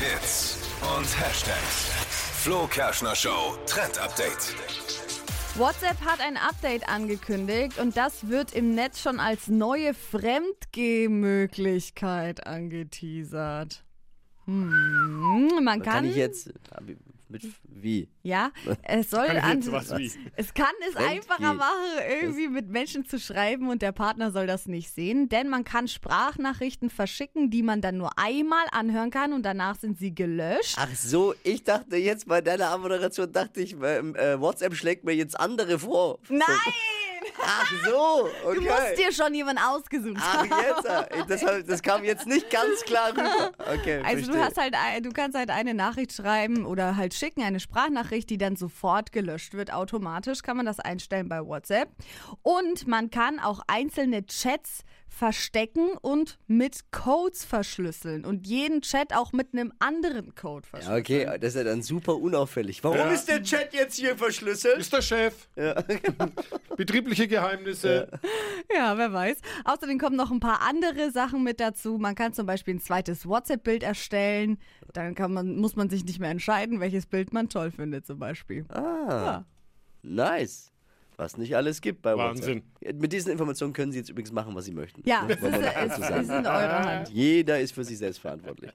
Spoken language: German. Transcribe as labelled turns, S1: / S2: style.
S1: Hits und Hashtags. Flo Kerschner Show Trend Update.
S2: WhatsApp hat ein Update angekündigt und das wird im Netz schon als neue Fremdgehmöglichkeit angeteasert. Hm, man kann,
S3: Kann ich jetzt äh, mit wie?
S2: ja, es soll
S4: Kann ich
S2: an,
S4: jetzt was wie?
S2: es kann es
S3: Fremdgeh-
S2: einfacher machen, irgendwie mit Menschen zu schreiben und der Partner soll das nicht sehen, denn man kann Sprachnachrichten verschicken, die man dann nur einmal anhören kann und danach sind sie gelöscht.
S3: Ach so, ich dachte jetzt bei deiner Moderation dachte ich, ähm, äh, WhatsApp schlägt mir jetzt andere vor.
S2: Nein,
S3: Ach so, okay.
S2: du musst dir schon jemand ausgesucht
S3: Ach
S2: haben.
S3: jetzt, äh, das, hab- das kam jetzt nicht ganz klar rüber. Okay,
S2: Also
S3: Äh, verstehe.
S2: du hast halt, ein- du kannst halt eine Nachricht schreiben oder halt schicken, eine Sprachnachricht, die dann sofort gelöscht wird. Automatisch kann man das einstellen bei WhatsApp. Und man kann auch einzelne Chats verstecken und mit Codes verschlüsseln und jeden Chat auch mit einem anderen Code verschlüsseln.
S3: Ja, Okay, das ist ja dann super unauffällig. Warum
S4: Ja.
S3: ist der Chat jetzt hier verschlüsselt?
S4: Ist der Chef. Betriebliche Geheimnisse.
S2: Ja, wer weiß. Außerdem kommen noch ein paar andere Sachen mit dazu. Man kann zum Beispiel ein zweites WhatsApp-Bild erstellen. Dann kann man, muss man sich nicht mehr entscheiden, welches Bild man toll findet zum Beispiel.
S3: Ah, Nice. Was nicht alles gibt bei
S4: Wahnsinn.
S3: WhatsApp. Mit diesen Informationen können Sie jetzt übrigens machen, was Sie möchten.
S2: Ja,
S3: Ne?
S2: es ist,
S3: Wollen wir
S2: es
S3: dazu
S2: ist
S3: sagen.
S2: in eurer Hand.
S3: Jeder ist für sich selbst verantwortlich.